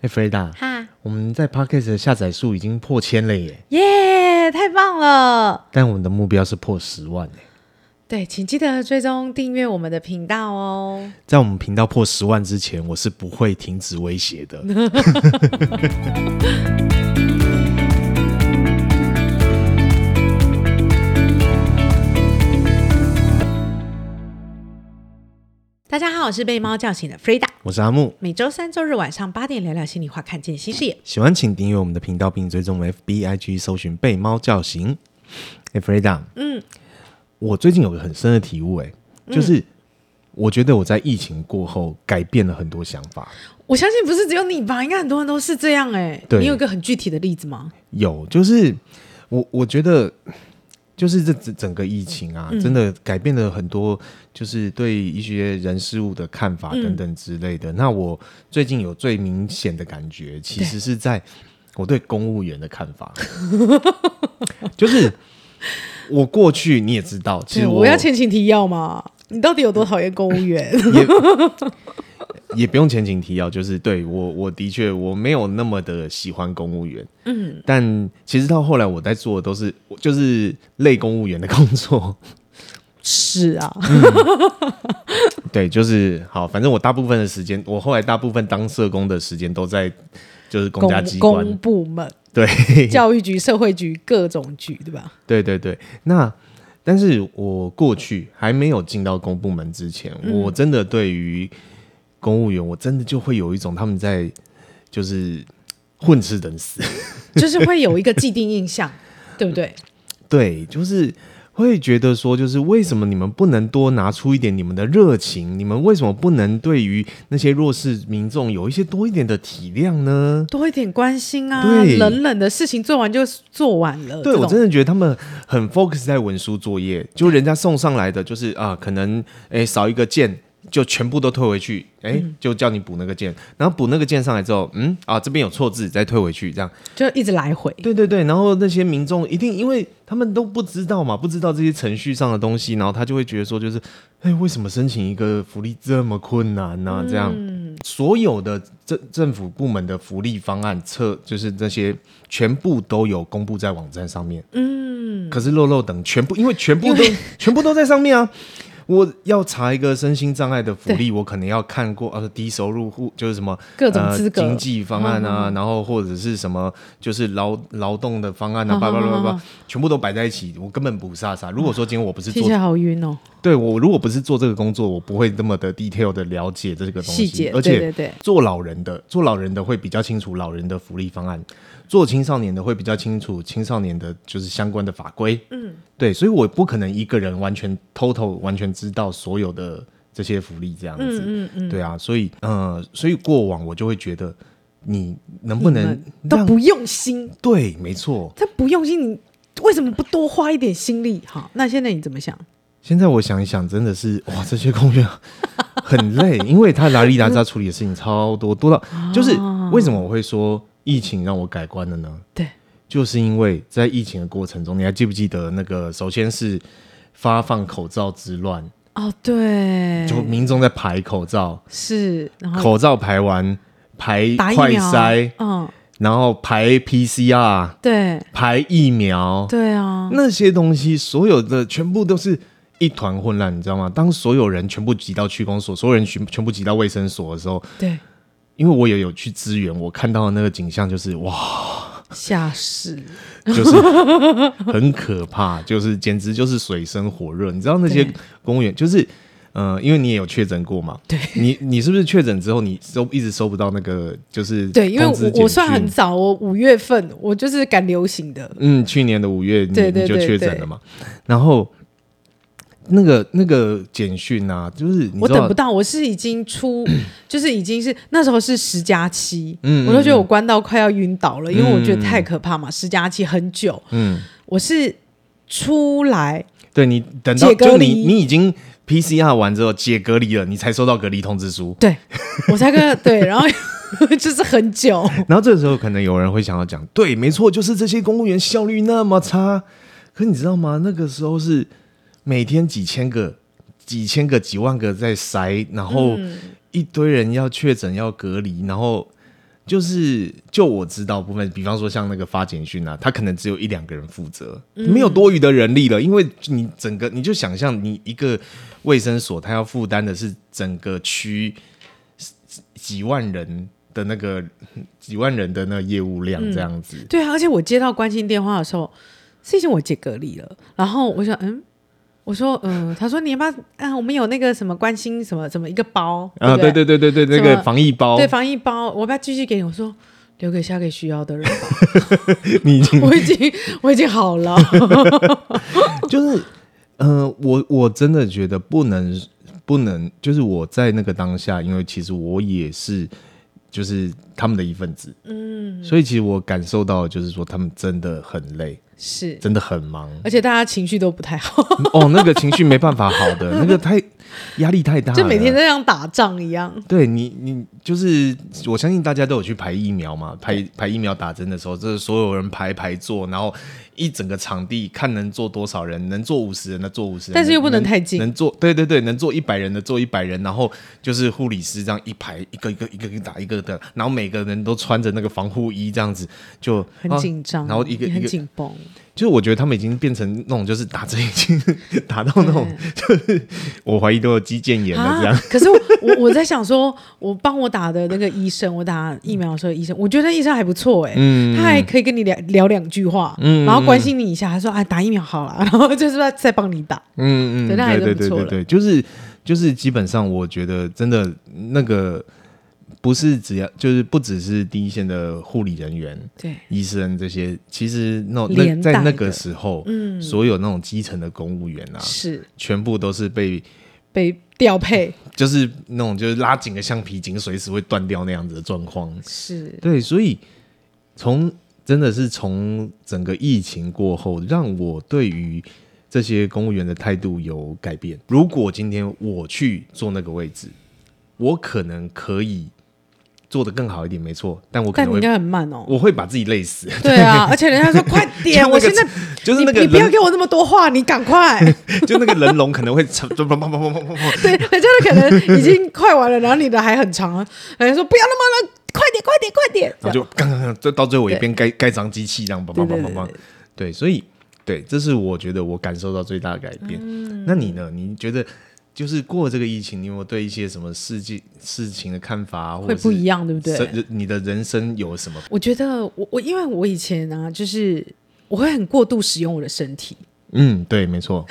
哎、弗雷达，哈，我们在 Podcast 的下载数已经破千了耶，耶，太棒了！但我们的目标是破十万耶。对，请记得追踪订阅我们的频道哦。在我们频道破十万之前，我是不会停止威胁的。大家好，我是被猫叫醒的 Frida，我是阿木，每周三、周日晚上八点聊聊心里话，看见新视野。喜欢请订阅我们的频道，并追踪我们 FBIG 搜寻“被猫叫醒”哎、弗雷达，嗯，我最近有个很深的体悟，哎，就是我觉得我在疫情过后改变了很多想法。我相信不是只有你吧，应该很多人都是这样哎、对你有一个很具体的例子吗？有，就是我我觉得，就是这整整个疫情啊，嗯真的改变了很多，就是对一些人事物的看法嗯等等之类的。那我最近有最明显的感觉，其实是在我对公务员的看 法，就是我过去你也知道，其对实嗯我要前情提要嘛。你到底有多讨厌公务 员？也不用前情提要，就是对我，我的确我没有那么的喜欢公务员，嗯，但其实到后来我在做的都是就是类公务员的工作， 是啊，嗯对，就是好，反正我大部分的时间，我后来大部分当社工的时间都在就是公家机公关，部门、对教育局、社会局各种局，对吧？对对对，那。但是我过去还没有进到公部门之前，我真的对于公务员，我真的就会有一种他们在就是混吃等死， 就是会有一个既定印象，对不对？对，就是会觉得说，就是为什么你们不能多拿出一点你们的热情？你们为什么不能对于那些弱势民众有一些多一点的体谅呢？多一点关心啊，对冷冷的事情做完就做完了。对这我种真的觉得他们很 focus 在文书作业，就人家送上来的就是啊、可能诶少一个键。就全部都退回去，诶，嗯就叫你补那个键，然后补那个键上来之后，嗯啊，这边有错字，再退回去，这样，就一直来回。对对对，然后那些民众一定因为他们都不知道嘛，不知道这些程序上的东西，然后他就会觉得说，就是，哎，为什么申请一个福利这么困难嗯呢、这样，所有的政政府部门的福利方案策，就是这些全部都有公布在网站上面。嗯，可是漏漏等全部，因为全部都 全部都在上面啊。我要查一个身心障碍的福利，我可能要看过呃低收入户就是什么各种呃资格经济方案嗯啊，然后或者是什么就是劳劳动的方案啊，嗯叭叭叭叭嗯嗯叭，全部都摆在一起，我根本不傻傻。如果说今天我不是听做起，来好晕哦，对我如果不是做这个工作，我不会那么的 detail 的了解这个东细西节，，而对且对对，做老人的，做老人的会比较清楚老人的福利方案；做青少年的会比较清楚青少年的就是相关的法规。嗯，对，所以我不可能一个人完全 total 完全知道所有的这些福利这样子。嗯嗯对啊，所以呃，所以过往我就会觉得你能不你能们都让不用心，对，没错。他不用心，你为什么不多花一点心力？好，那现在你怎么想？现在我想一想，真的是哇，这些公园很累，因为他拉里拉扎处理的事情超多，多到啊就是为什么我会说疫情让我改观了呢？对，就是因为在疫情的过程中，你还记不记得那个？首先是发放口罩之乱，哦，对，就民众在排口罩，是，然后口罩排完排打疫快苗，筛，嗯，然后排 PCR，对，排疫苗，对啊，那些东西，所有的全部都是一团混乱，你知道吗？当所有人全部挤到区公所，所有人全全部挤到卫生所的时候，对，因为我也有去支援，我看到的那个景象就是 哇，吓死，就是很可怕，就是简直就是水深火热。你知道那些对公务员就是。呃，因为你也有确诊过嘛，对，你你是不是确诊之后，你收一直收不到那个就是对，因为通知我我简算讯啊很早，我五月份我就是赶流行的，嗯，去年的五月你对对你就对确诊了嘛，然后那个那个简讯啊，就是你我知等道不到，我是已 经出，就是已经是那时候是十加七，嗯我都觉得我关到快要晕倒了，因为我觉嗯得太可怕嘛，十加七很久，嗯，我是出来，对你等到解隔就离你你已经 PCR 完之后解隔离了，你才收到隔离通知书。 对我才跟对，然后 就是很久，然后这时候可能有人会想要讲，对，没错，就是这些公务员效率那么差。可你知道吗？那个时候是每天几千个、几千个、嗯几万个在筛，然后一堆人要确诊要隔离，然后就是就我知道部分，比方说像那个发简讯啊，他可能只有一两个人负责，嗯没有多余的人力了，因为你整个你就想象你一个卫生所，他要负担的是整个区几几万人的那个几万人的那个业务量这样子。对啊，而且我接到关心电话的时候，是已经我姐隔离了，然后我想，嗯，我说，嗯，她说你要不要？啊，我们有那个什么关心什么什么一个包啊，对对不对对对对对，那什个么防疫包，对防疫包，我要不要继续给你？我说留给下给需要的人吧， 你已经 我已经我已经好了， 就是，呃，我我真的觉得不能不能，就是我在那个当下，因为其实我也是就是他们的一份子，嗯，所以其实我感受到就是说他们真的很累， 是，真的很忙而且大家情绪都不太好，哦，那个情绪没办法好的，那个太压力太大了， 就每天在像打仗一样。对你，你就是我相信大家都有去排疫苗嘛，排排疫苗打针的时候，这是所有人排排坐，然后一整个场地看能坐多少人，能坐五十人的坐五十人，但是又不能太近能坐对对对，能坐一百人的坐一百人，然后就是护理师这样一排一个一个一个一个打一个的，然后每个人都穿着那个防护衣这样子，就很啊紧张，然后一个也很一个，紧绷，就是我觉得他们已经变成那种就是打针已经打到那种，就是我怀疑都有肌腱炎了这样。啊！可是我我我在想说，我帮我打的那个医生，我打疫苗的时候，医生我觉得那医生还不错哎、嗯他还可以跟你聊聊两句话，然后关心你一下，他说啊打疫苗好了，然后就是在再帮你打，嗯嗯，对对那还是对不对错对了对，就是就是基本上，我觉得真的那个不是只要就是不只是第一线的护理人员、对，医生这些，其实那种那连带在的那个时候，嗯，所有那种基层的公务员啊，是全部都是被被调配，就是那种就是拉紧的橡皮筋，随时会断掉那样子的状况。是对，所以从真的是从整个疫情过后，让我对于这些公务员的态度有改变。如果今天我去坐那个位置，我可能可以做得更好一点，没错，但我可但能你应会该很慢哦。我会把自己累死，对啊，而且人家说快 点，啊我就现那个在就是那你个你不要人，给我那么多话，你赶 快。就那个人龙可能会 砰砰砰砰砰砰砰 砰对，人家的可能已经快完了，然后你的还很长啊，人家说不要那么了，快点，快点，快点。这然后样就刚刚刚，就到最后一边盖盖章机器这样，梆梆梆梆梆。对，所以对，这是我觉得我感受到最大的改变。嗯那你呢？你觉得就是过了这个疫情，你有没有对一些什么事情事情的看法啊，或会者不一样？样，对不对？生你的人生有什么？我觉得我我因为我以前啊，就是我会很过度使用我的身体。嗯，对，没错，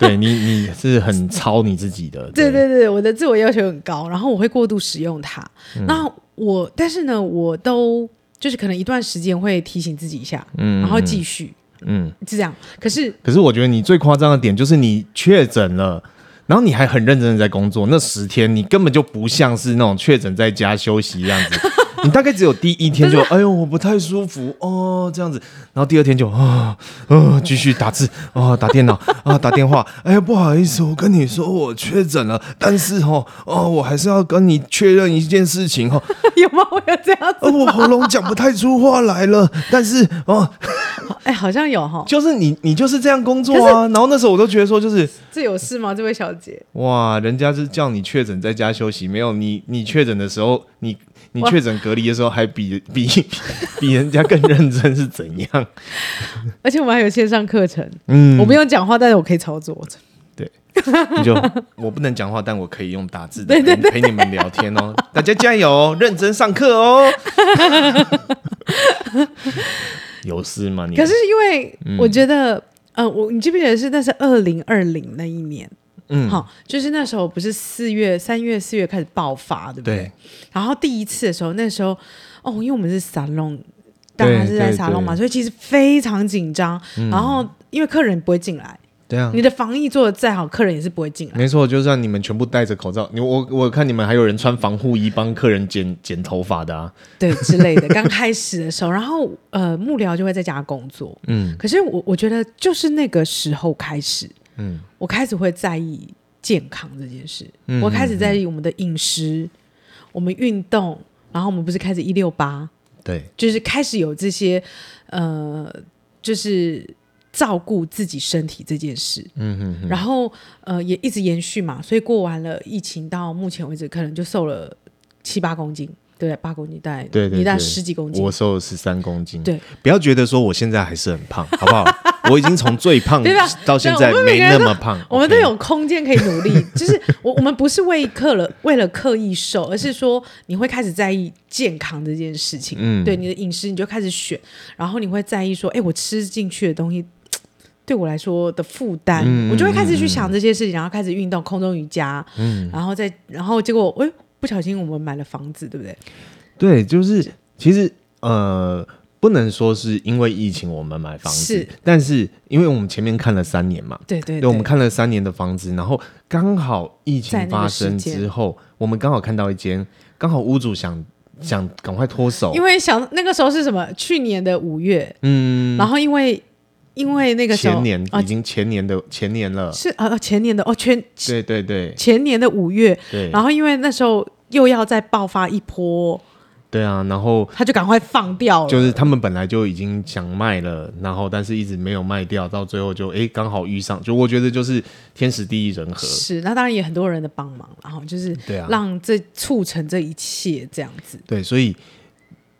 对你你是很操你自己 的，对对对，我的自我要求很高，然后我会过度使用它。嗯那我但是呢，我都就是可能一段时间会提醒自己一下，然后继续嗯。是这样。可是 可是我觉得你最夸张的点就是你确诊了。然后你还很认真的在工作，那十天你根本就不像是那种确诊在家休息一样子， 你大概只有第一天就哎呦我不太舒服哦这样子，然后第二天就啊啊继续打字啊打电脑啊打电话，哎不好意思，我跟你说我确诊了，但是哦哦我还是要跟你确认一件事情哦，有吗？我有这样子呃，我喉咙讲不太出话来了，但是哦哎，好像有哈。就是你你就是这样工作啊，然后那时候我都觉得说就是。这有事吗？这位小姐，哇，人家是叫你确诊在家休息，没有你你确诊的时候，你你哇确诊隔离的时候还比比比人家更认真是怎 样？而且我们还有线上课程，嗯，我不用讲话，但是我可以操作。你就我不能讲话，但我可以用打字的陪陪你们聊天哦。大家加油哦，认真上课哦。 有事吗你？可是因为我觉得，嗯，呃、我你记不记得是那是二零二零那一年？嗯好，就是那时候不是四月、三月、四月开始爆发，对不对？对然后第一次的时候，那时候哦，因为我们是沙龙，大家是在对沙龙嘛，对嗯所以其实非常紧张。然后因为客人不会进来，对啊你，的防疫做的再好，客人也是不会进来。没错，就算你们全部戴着口罩，你我我看你们还有人穿防护衣帮客人剪剪头发的啊。对之类的。刚开始的时候，然后呃，幕僚就会在家工作。嗯，可是我我觉得就是那个时候开始，嗯，我开始会在意健康这件事，我开始在意我们的饮食，我们运动，然后我们不是开始一六八，对，就是开始有这些呃，就是。照顾自己身体这件事，嗯哼哼，然后呃也一直延续嘛，所以过完了疫情到目前为止，可能就瘦了七八公斤。对，八公斤带，对对对你带十几公斤我，瘦了十三公斤。对，不要觉得说我现在还是很胖，好 不好？我已经从最胖对吧到现在对我们没每个那人么胖，我们 OK 都有空间可以努力。就是我我们不是为刻了为了刻意瘦，而是说你会开始在意健康这件事情。嗯对你的饮食，你就开始选，然后你会在意说，哎，我吃进去的东西。对我来说的负担，嗯嗯我就会开始去想这些事情，然后开始运动，空中瑜伽，然后再然后结果，哎，不小心我们买了房子，对不对？对，就是其实呃，不能说是因为疫情我们买房子，是但是因为我们前面看了三年嘛，对对对，我们看了三年的房子，然后刚好疫在情那个发时生间之后，我们刚好看到一间，刚好屋主想想赶快脱手，因为想那个时候是什么？去年的五月，嗯，然后因为因为那个时候前年、啊已经前年的前年了，是啊啊前年的哦前对对对前年的五月，对然后因为那时候又要再爆发一波，对啊，然后。他就赶快放掉了。就是他们本来就已经想卖了，然后但是一直没有卖掉，到最后就哎刚好遇上，就我觉得就是天时地利人和，是，那当然也很多人的帮忙，然后就是对啊，让这促成这一切这样子，对，所以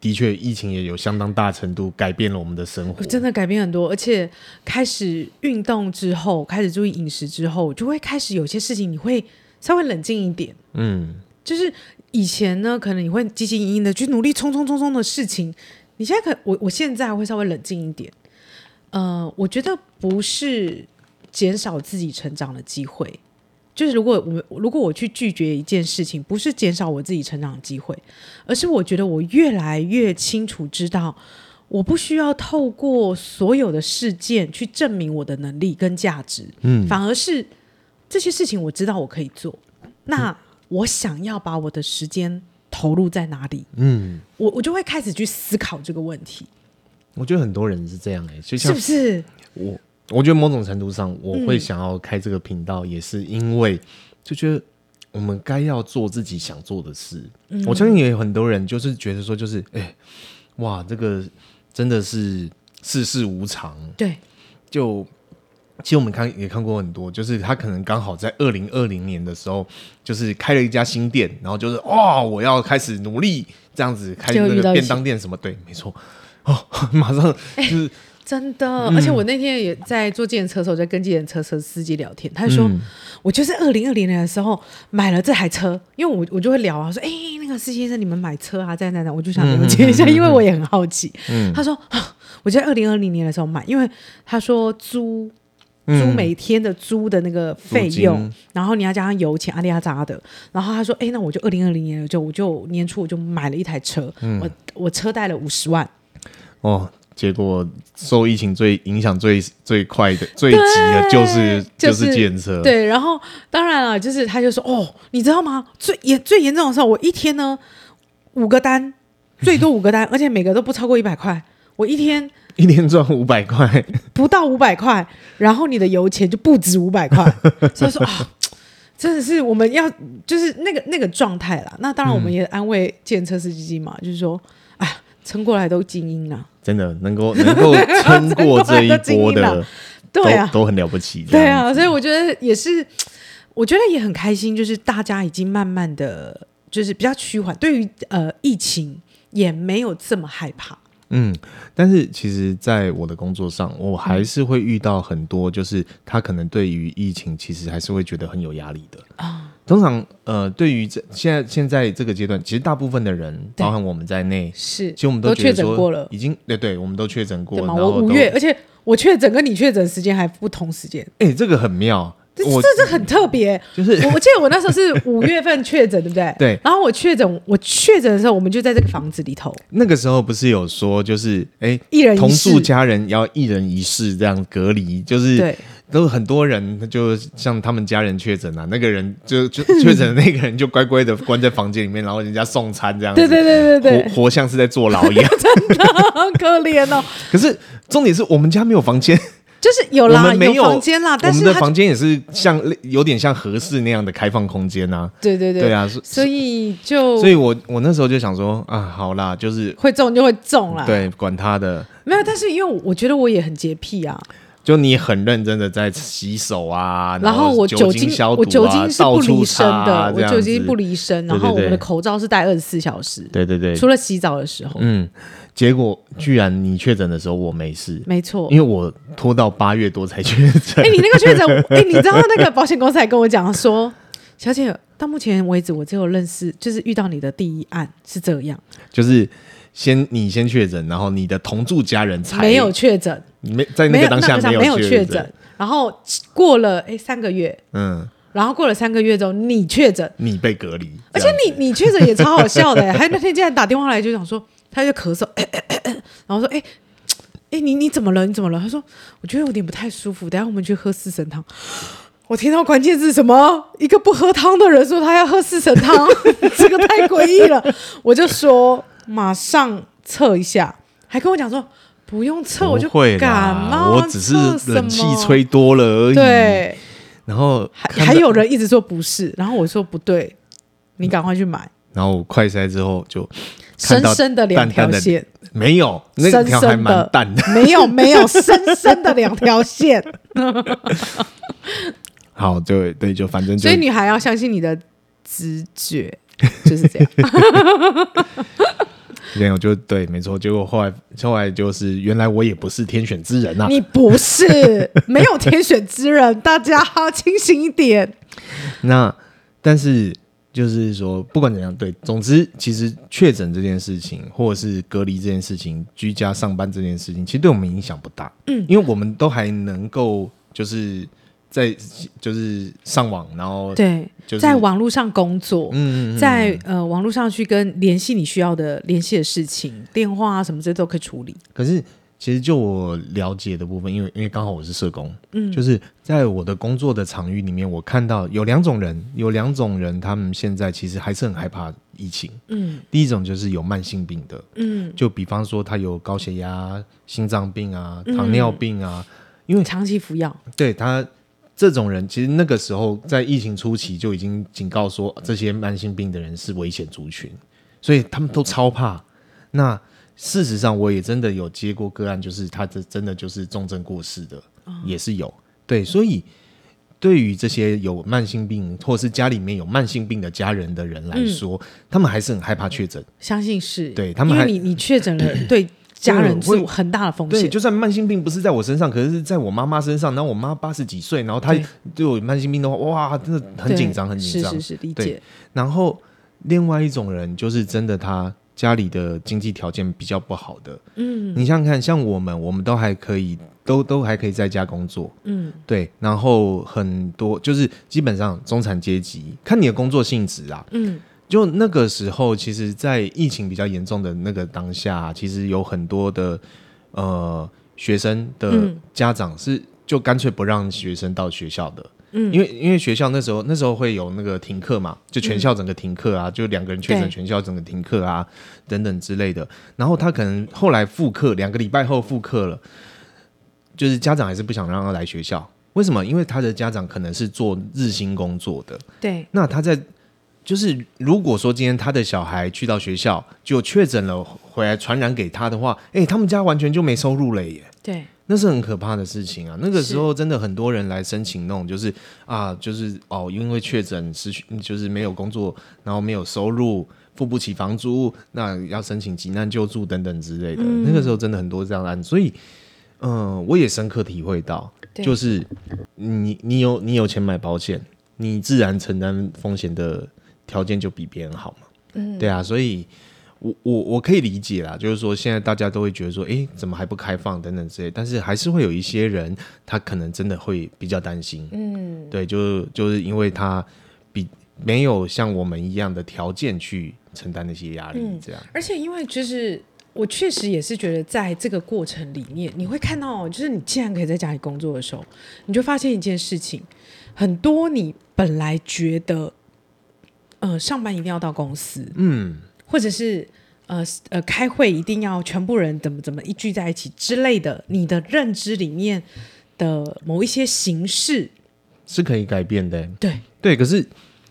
的确，疫情也有相当大程度改变了我们的生活。真的改变很多。而且开始运动之后，开始注意饮食之后，就会开始有些事情你会稍微冷静一点。嗯，就是以前呢，可能你会积极营营的去努力冲冲冲冲的事情，你现在可我我现在会稍微冷静一点。呃，我觉得不是减少自己成长的机会，就是如果我们如果我去拒绝一件事情，不是减少我自己成长的机会，而是我觉得我越来越清楚知道。我不需要透过所有的事件去证明我的能力跟价值，嗯，反而是这些事情我知道我可以做，那我想要把我的时间投入在哪里？嗯，我我就会开始去思考这个问题，我觉得很多人是这样哎、就是像不是？我，我觉得某种程度上，我会想要开这个频道，也是因为就觉得我们该要做自己想做的事。我相信也有很多人就是觉得说，就是哎、哇，这个真的是世事无常，对，就其实我们看也看过很多，就是他可能刚好在二零二零年的时候，就是开了一家新店，然后就是哦，我要开始努力这样子开就遇那个到疫便情当店什么，对，没错。哦，马上就是、真的。嗯而且我那天也在坐计程车的时候，在跟计程车车司机聊天，他就说，嗯我就是二零二零年的时候买了这台车，因为我我就会聊啊，说，哎、那个司机先生，你们买车啊，在在在，我就想了解嗯一下，因为我也很好奇。他说，啊我就在二零二零年的时候买，因为他说租租每天的租的那个费用，嗯租金然后你要加上油钱，阿里阿扎的。然后他说：“哎，那我就二零二零年就我就年初我就买了一台车，嗯我我车贷了五十万， 哦，结果受疫情最影响最最快的、最急的 就是就是是建设，对。然后当然了，就是他就说：哦，你知道吗？最严最严重的时候，我一天呢五个单，最多五个单，而且每个都不超过一百块。我一天一天赚五百 块，不到五百块，然后你的油钱就不止五百块，所以说啊。真的是我们要就是那个那个状态啦。那当然，我们也安慰建车司机嘛，就是说，哎，撑过来都精英啦。真的能够能够撑过这一波 真的的，都对啊，都很了不起。对，啊，所以我觉得也是，我觉得也很开心，就是大家已经慢慢的就是比较趋缓，对于呃疫情也没有这么害怕。嗯，但是其实，在我的工作上，我嗯还是会遇到很多，就是他可能对于疫情，其实还是会觉得很有压力的啊。通常，呃，对于这现在现在这个阶段，其实大部分的人，对包含我们在内，是其，实我们都觉确得诊说过了已经对对，我们都确诊过，对吗？然后我五都月，，而且我确诊跟你确诊时间还不同时间，哎，这个很妙，这我这是很特别。就是我我记得我那时候是五月份确诊，对不 对？对然后我确诊，我确诊的时候，我们就在这个房子里头， 那个时候不是有说，就是哎，一人一同室住家人要一人一室这样隔离，就是对，都很多人，就像他们家人确诊啊，那个人就就确诊的那个人就乖乖的关在房间里面，然后人家送餐这样子，对对对对对活活像是在坐牢 一样。好可怜哦。可是重点是我们家没有房间，就是有我啦， 们没房间啦，但我是们的他房间也是像有点像合适那样的开放空间啊。对对对啊，所所以就所以我我那时候就想说啊，好啦，就是会中就会中啦。对，管他的没有，但是因为我觉得我也很洁癖啊，就你很认真的在洗手啊，然后我酒精消毒、啊，我酒精是到不处离身擦啊的，这我样酒精子不离身，然对对后我们的对口罩是戴二十四小时，对对对，除了洗澡的时候，嗯，结果居然你确诊的时候我没事，没错因。为我拖到八月多才确诊哎、。你 那个确诊，哎、你知道那个保险公司还跟我讲说，小姐，到目前为止我只有认识，就是遇到你的第一案是这样，就是先你先确诊，然后你的同住家人才没有确诊，你没在那没个有当下没有有确诊，，然后过了哎、三个月，嗯，然后过了三个月之后你确诊，你被隔离，而且你你确诊也超好笑的、欸还那天竟然打电话来就想说，他就咳嗽， 咳咳咳咳然后说哎。哎、你你怎么了？你怎么了？他说，我觉得有点不太舒服，等一下我们去喝四神汤。我听到关键字什么？一个不喝汤的人说他要喝四神汤， 这个太诡异了。我就说马上测一下，还跟我讲说不用测，我就不会啦感冒，我只是测什冷气么吹多了而已。，对，然后还看还到，有人一直说不是，然后我说不对，你赶快去买，然后我快筛之后就看深到深的两淡条淡的线，没有，那深条深还的蛮淡的。 没有没有深深的两条线，好，对对，就反正就 所以你还要相信你的直觉，就是这样。没有，就对，没错。结果后来后来就是原来我也不是天选之人啊， 你不是没有天选之人，大家清醒一点。那但是就是说，不管怎样，对，总之，其实确诊这件事情，或者是隔离这件事情，居家上班这件事情，其实对我们影响不大。嗯，因为我们都还能够就是在就是上网，然后 对，就是在网络上工作，嗯嗯嗯在呃网络上去跟联系你需要的联系的事情，电话啊什么这都可以处理。可是其实就我了解的部分，因为因为刚好我是社工，嗯，就是在我的工作的场域里面，我看到有两种人，有两种人，他们现在其实还是很害怕疫情。嗯第一种就是有慢性病的，嗯，就比方说他有高血压、心脏病啊、嗯糖尿病啊，因为长期服药，对他这种人，其实那个时候在疫情初期就已经警告说，这些慢性病的人是危险族群，所以他们都超怕。那事实上，我也真的有接过个案，就是他这真的就是重症过世的，也是有。对，所以对于这些有慢性病或是家里面有慢性病的家人的人来说，他们还是很害怕确诊。相信是对他们因为还你你确诊了，对家人是会有很大的风对，险。就算慢性病不是在我身上，可是是在我妈妈身上。然后我妈八十几岁，然后她对对我慢性病的话，哇，真的很对紧张，很紧张是。是是，理对解。然后另外一种人就是真的他家里的经济条件比较不好的，嗯你想想看，像我们，我们都还可以，都都还可以在家工作，嗯，对。然后很多就是基本上中产阶级，看你的工作性质啊，嗯，就那个时候，其实，在疫情比较严重的那个当下，其实有很多的呃学生的嗯家长是就干脆不让学生到学校的，嗯因为因为学校那时候那时候会有那个停课嘛，就全校整个停课啊，就两个人确诊，嗯对全校整个停课啊等等之类的。然后他可能后来复课，两个礼拜后复课了，就是家长还是不想让他来学校，为什么？因为他的家长可能是做日薪工作的，对，那他在就是如果说今天他的小孩去到学校就确诊了，回来传染给他的话，哎、他们家完全就没收入了耶。对，那是很可怕的事情啊！那个是时候真的很多人来申请那种，就是啊，就是哦，因为确诊失去，就是没有工作，然后没有收入，付不起房租，那要申请急难救助等等之类的。嗯那个时候真的很多这样的案子，所以，嗯、我也深刻体会到，对就是你你有你有钱买保险，你自然承担风险的条件就比别人好嘛。嗯，对啊，所以我我我可以理解啦，就是说现在大家都会觉得说，诶，怎么还不开放等等之类，但是还是会有一些人他可能真的会比较担心，嗯，对，就就是因为他比没有像我们一样的条件去承担那些压力，嗯这样，而且因为就是我确实也是觉得，在这个过程里面，你会看到哦，就是你既然可以在家里工作的时候，你就发现一件事情，很多你本来觉得，呃，上班一定要到公司，嗯，或者是呃，s- 呃，开会一定要全部人怎么怎么一聚在一起之类的，你的认知里面的某一些形式，是可以改变的，对对，可是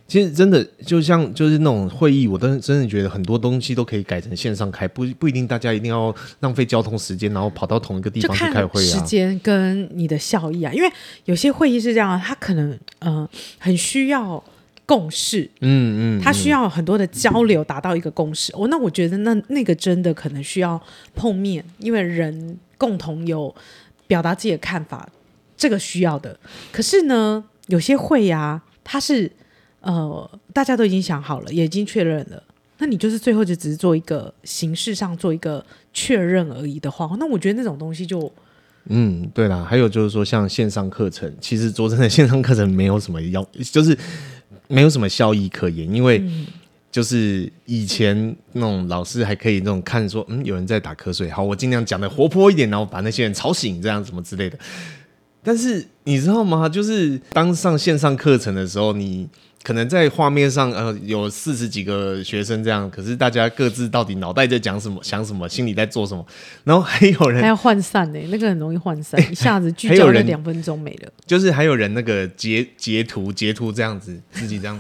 其实真的就像就是那种会议，我真真的觉得很多东西都可以改成线上开，不不一定大家一定要浪费交通时间，然后跑到同一个地就方去看开会时啊。间跟你的效益啊，因为有些会议是这样，它可能呃很需要共识，嗯嗯，它需要很多的交流，达到一个共识。哦，那我觉得那那个真的可能需要碰面，因为人共同有表达自己的看法，这个需要的。可是呢，有些会啊，它是呃大家都已经想好了，也已经确认了。那你就是最后就只是做一个形式上做一个确认而已的话，那我觉得那种东西就嗯，对啦，还有就是说，像线上课程，其实说真的，线上课程没有什么要，就是没有什么效益可言，因为就是以前那种老师还可以那种看说，嗯，有人在打瞌睡，好，我尽量讲的活泼一点，然后把那些人吵醒，这样什么之类的。但是你知道吗？就是当上线上课程的时候，你可能在画面上，呃，有四十几个学生这样，可是大家各自到底脑袋在讲什么，想什么，心里在做什么，然后还有人还要涣散呢、欸那个很容易涣散，一下子聚哎还有焦那人两分钟没 了。就是还有人那个截截图截图这样子，自己这样，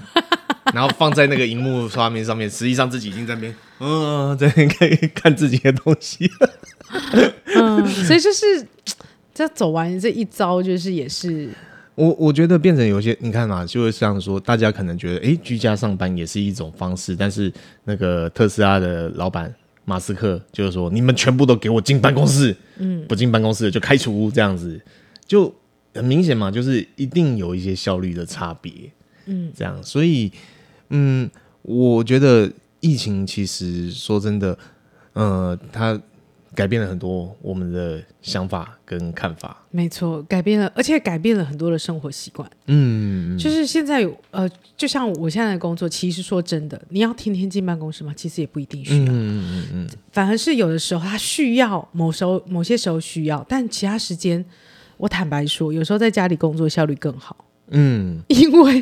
然后放在那个荧幕画面上面，实际上自己已经在那边，嗯、在那边看看自己的东西。嗯，所以就是这走完这一招，就是也是我我觉得变成有些，你看嘛，就是这样说，大家可能觉得，诶，居家上班也是一种方式，但是那个特斯拉的老板马斯克就是说，你们全部都给我进办公室，嗯，不进办公室就开除，这样子就很明显嘛，就是一定有一些效率的差别，嗯，这样，所以，嗯，我觉得疫情其实说真的，呃，它改变了很多我们的想法跟看法，没错，改变了，而且改变了很多的生活习惯。嗯，就是现在有呃，就像我现在的工作，其实说真的，你要天天进办公室吗？其实也不一定需要，嗯嗯嗯反而是有的时候他需要某时候某些时候需要，但其他时间，我坦白说，有时候在家里工作效率更好，嗯，因为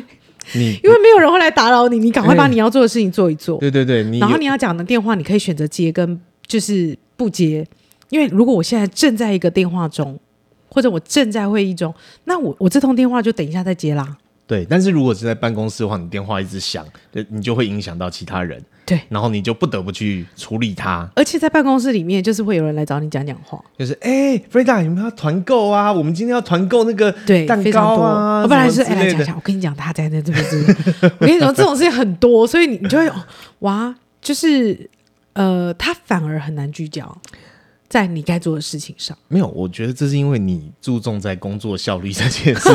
你 因为没有人会来打扰你，你赶快把你要做的事情做一做。哎对对对，你然后有你要讲的电话，你可以选择接跟就是不接，因为如果我现在正在一个电话中，或者我正在会议中，那我我这通电话就等一下再接啦。对，但是如果是在办公室的话，你电话一直响，对你就会影响到其他人，对，然后你就不得不去处理它。而且在办公室里面，就是会有人来找你讲讲话，就是哎、f r e d a 有没有要团购啊？我们今天要团购那个对，蛋非常糕多。啊，我本来是什哎么之类来讲的一下，我跟你讲，他在那这边这边，我跟你说这种事情很多，所以你你就会哦 哇，就是呃，他反而很难聚焦在你该做的事情上。没有，我觉得这是因为你注重在工作效率这件 事情，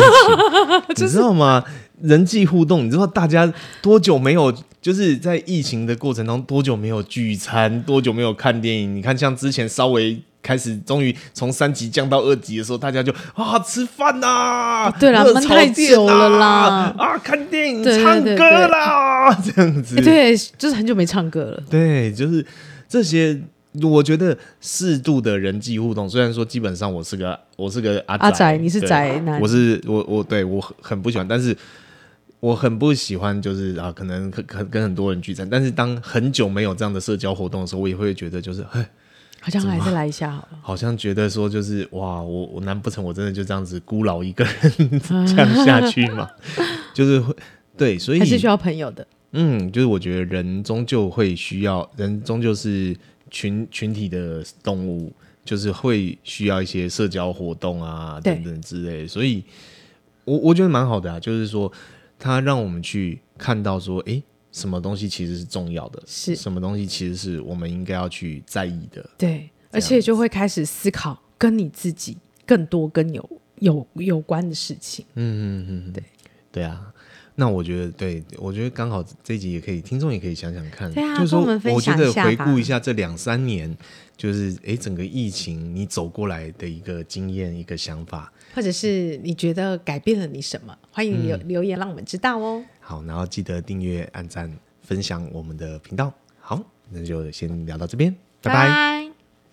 你知道吗？人际互动，你知道大家多久没有？就是在疫情的过程当中，多久没有聚餐，多久没有看电影？你看，像之前稍微开始，终于从三级降到二级的时候，大家就啊吃饭呐、对啦热闷炒太店久了啦啦，啊看电影、对对唱对歌对啦，啊这样子。哎对，就是很久没唱歌了。对，就是这些。我觉得适度的人际互动，虽然说基本上我是个我是个阿阿宅你是对宅男我是我我对我很很不喜欢，但是我很不喜欢就是啊，可能可可跟很多人聚餐，但是当很久没有这样的社交活动的时候，我也会觉得就是，哎，好像还是来一下好了。好像觉得说就是哇，我我难不成我真的就这样子孤老一个人 这样下去吗？ 就是会对，所以还是需要朋友的。嗯，就是我觉得人终究会需要，人终究是群群体的动物，就是会需要一些社交活动啊对等等之类的，所以我我觉得蛮好的啊，就是说它让我们去看到说，诶，什么东西其实是重要的，是什么东西其实是我们应该要去在意的，对，这样而子且就会开始思考跟你自己更多跟有有有关的事情。嗯对啊。那我觉得，对我觉得刚好这一集也可以，听众也可以想想看，对啊就是说，跟我们分我觉享得一下回吧顾一下这两三年，就是诶整个疫情你走过来的一个经验、一个想法。或者是你觉得改变了你什么？欢迎嗯留、留言让我们知道哦。好，然后记得订阅、按赞、分享我们的频道。好，那就先聊到这边，拜拜拜